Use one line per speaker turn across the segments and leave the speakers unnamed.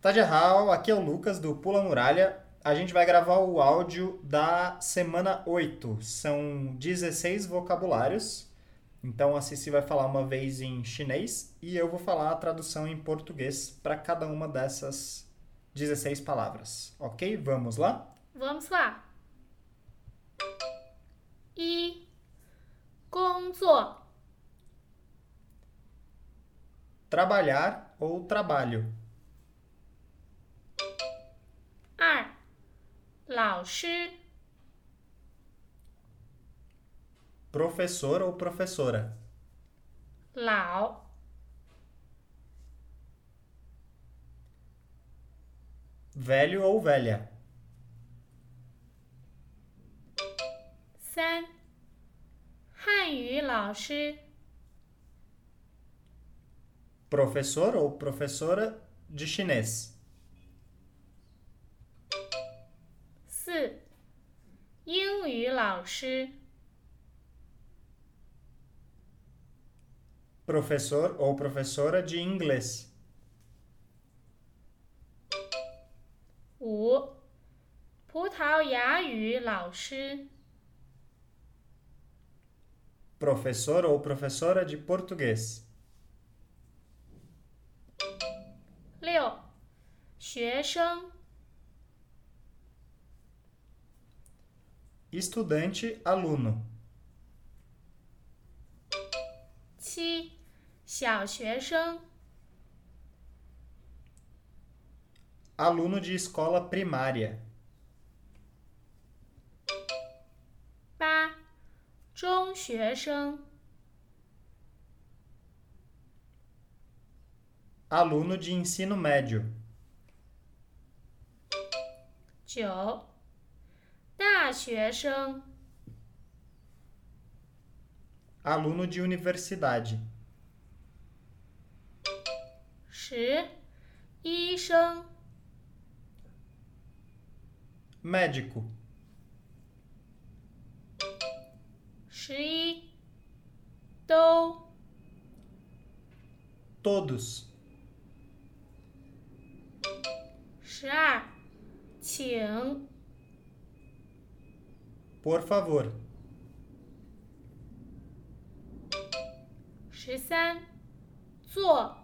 Tá de erral, aqui é o Lucas do Pula Muralha. A gente vai gravar o áudio da semana 8. São 16 vocabulários. Então a Cici vai falar uma vez em chinês e eu vou falar a tradução em português para cada uma dessas 16 palavras. Ok? Vamos lá?
Vamos lá. 一，工作，
Trabalhar ou trabalho.
二，老师，
Professor ou professora.
老
Velho ou velha.
三，汉语老师，
Professor ou professora de chinês.
四，英语老师，
Professor ou professora de inglês.
五，葡萄牙语老师，
Professor ou professora de português.
六，学生，
Estudante, aluno.
七，小学生，
Aluno de escola primária.
八，中学生，
Aluno de ensino médio.
九，大学生。
Aluno de universidade.
十，医生，
Médico.
十一，都，
Todos.
十二，请，
Por favor.
十三，坐，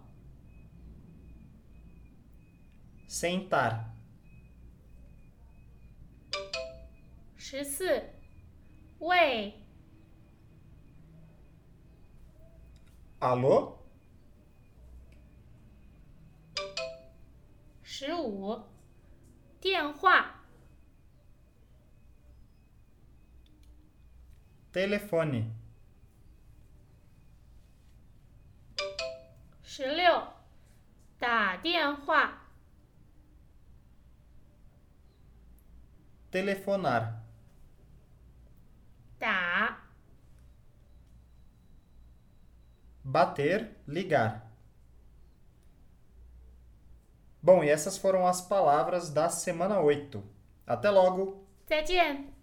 Sentar.
十四，喂，
Alô?
十五，电话，
Telefone.
十六，打电话，
Telefonar.
打，
Bater, ligar. Bom, e essas foram as palavras da semana 8. Até logo!
再见。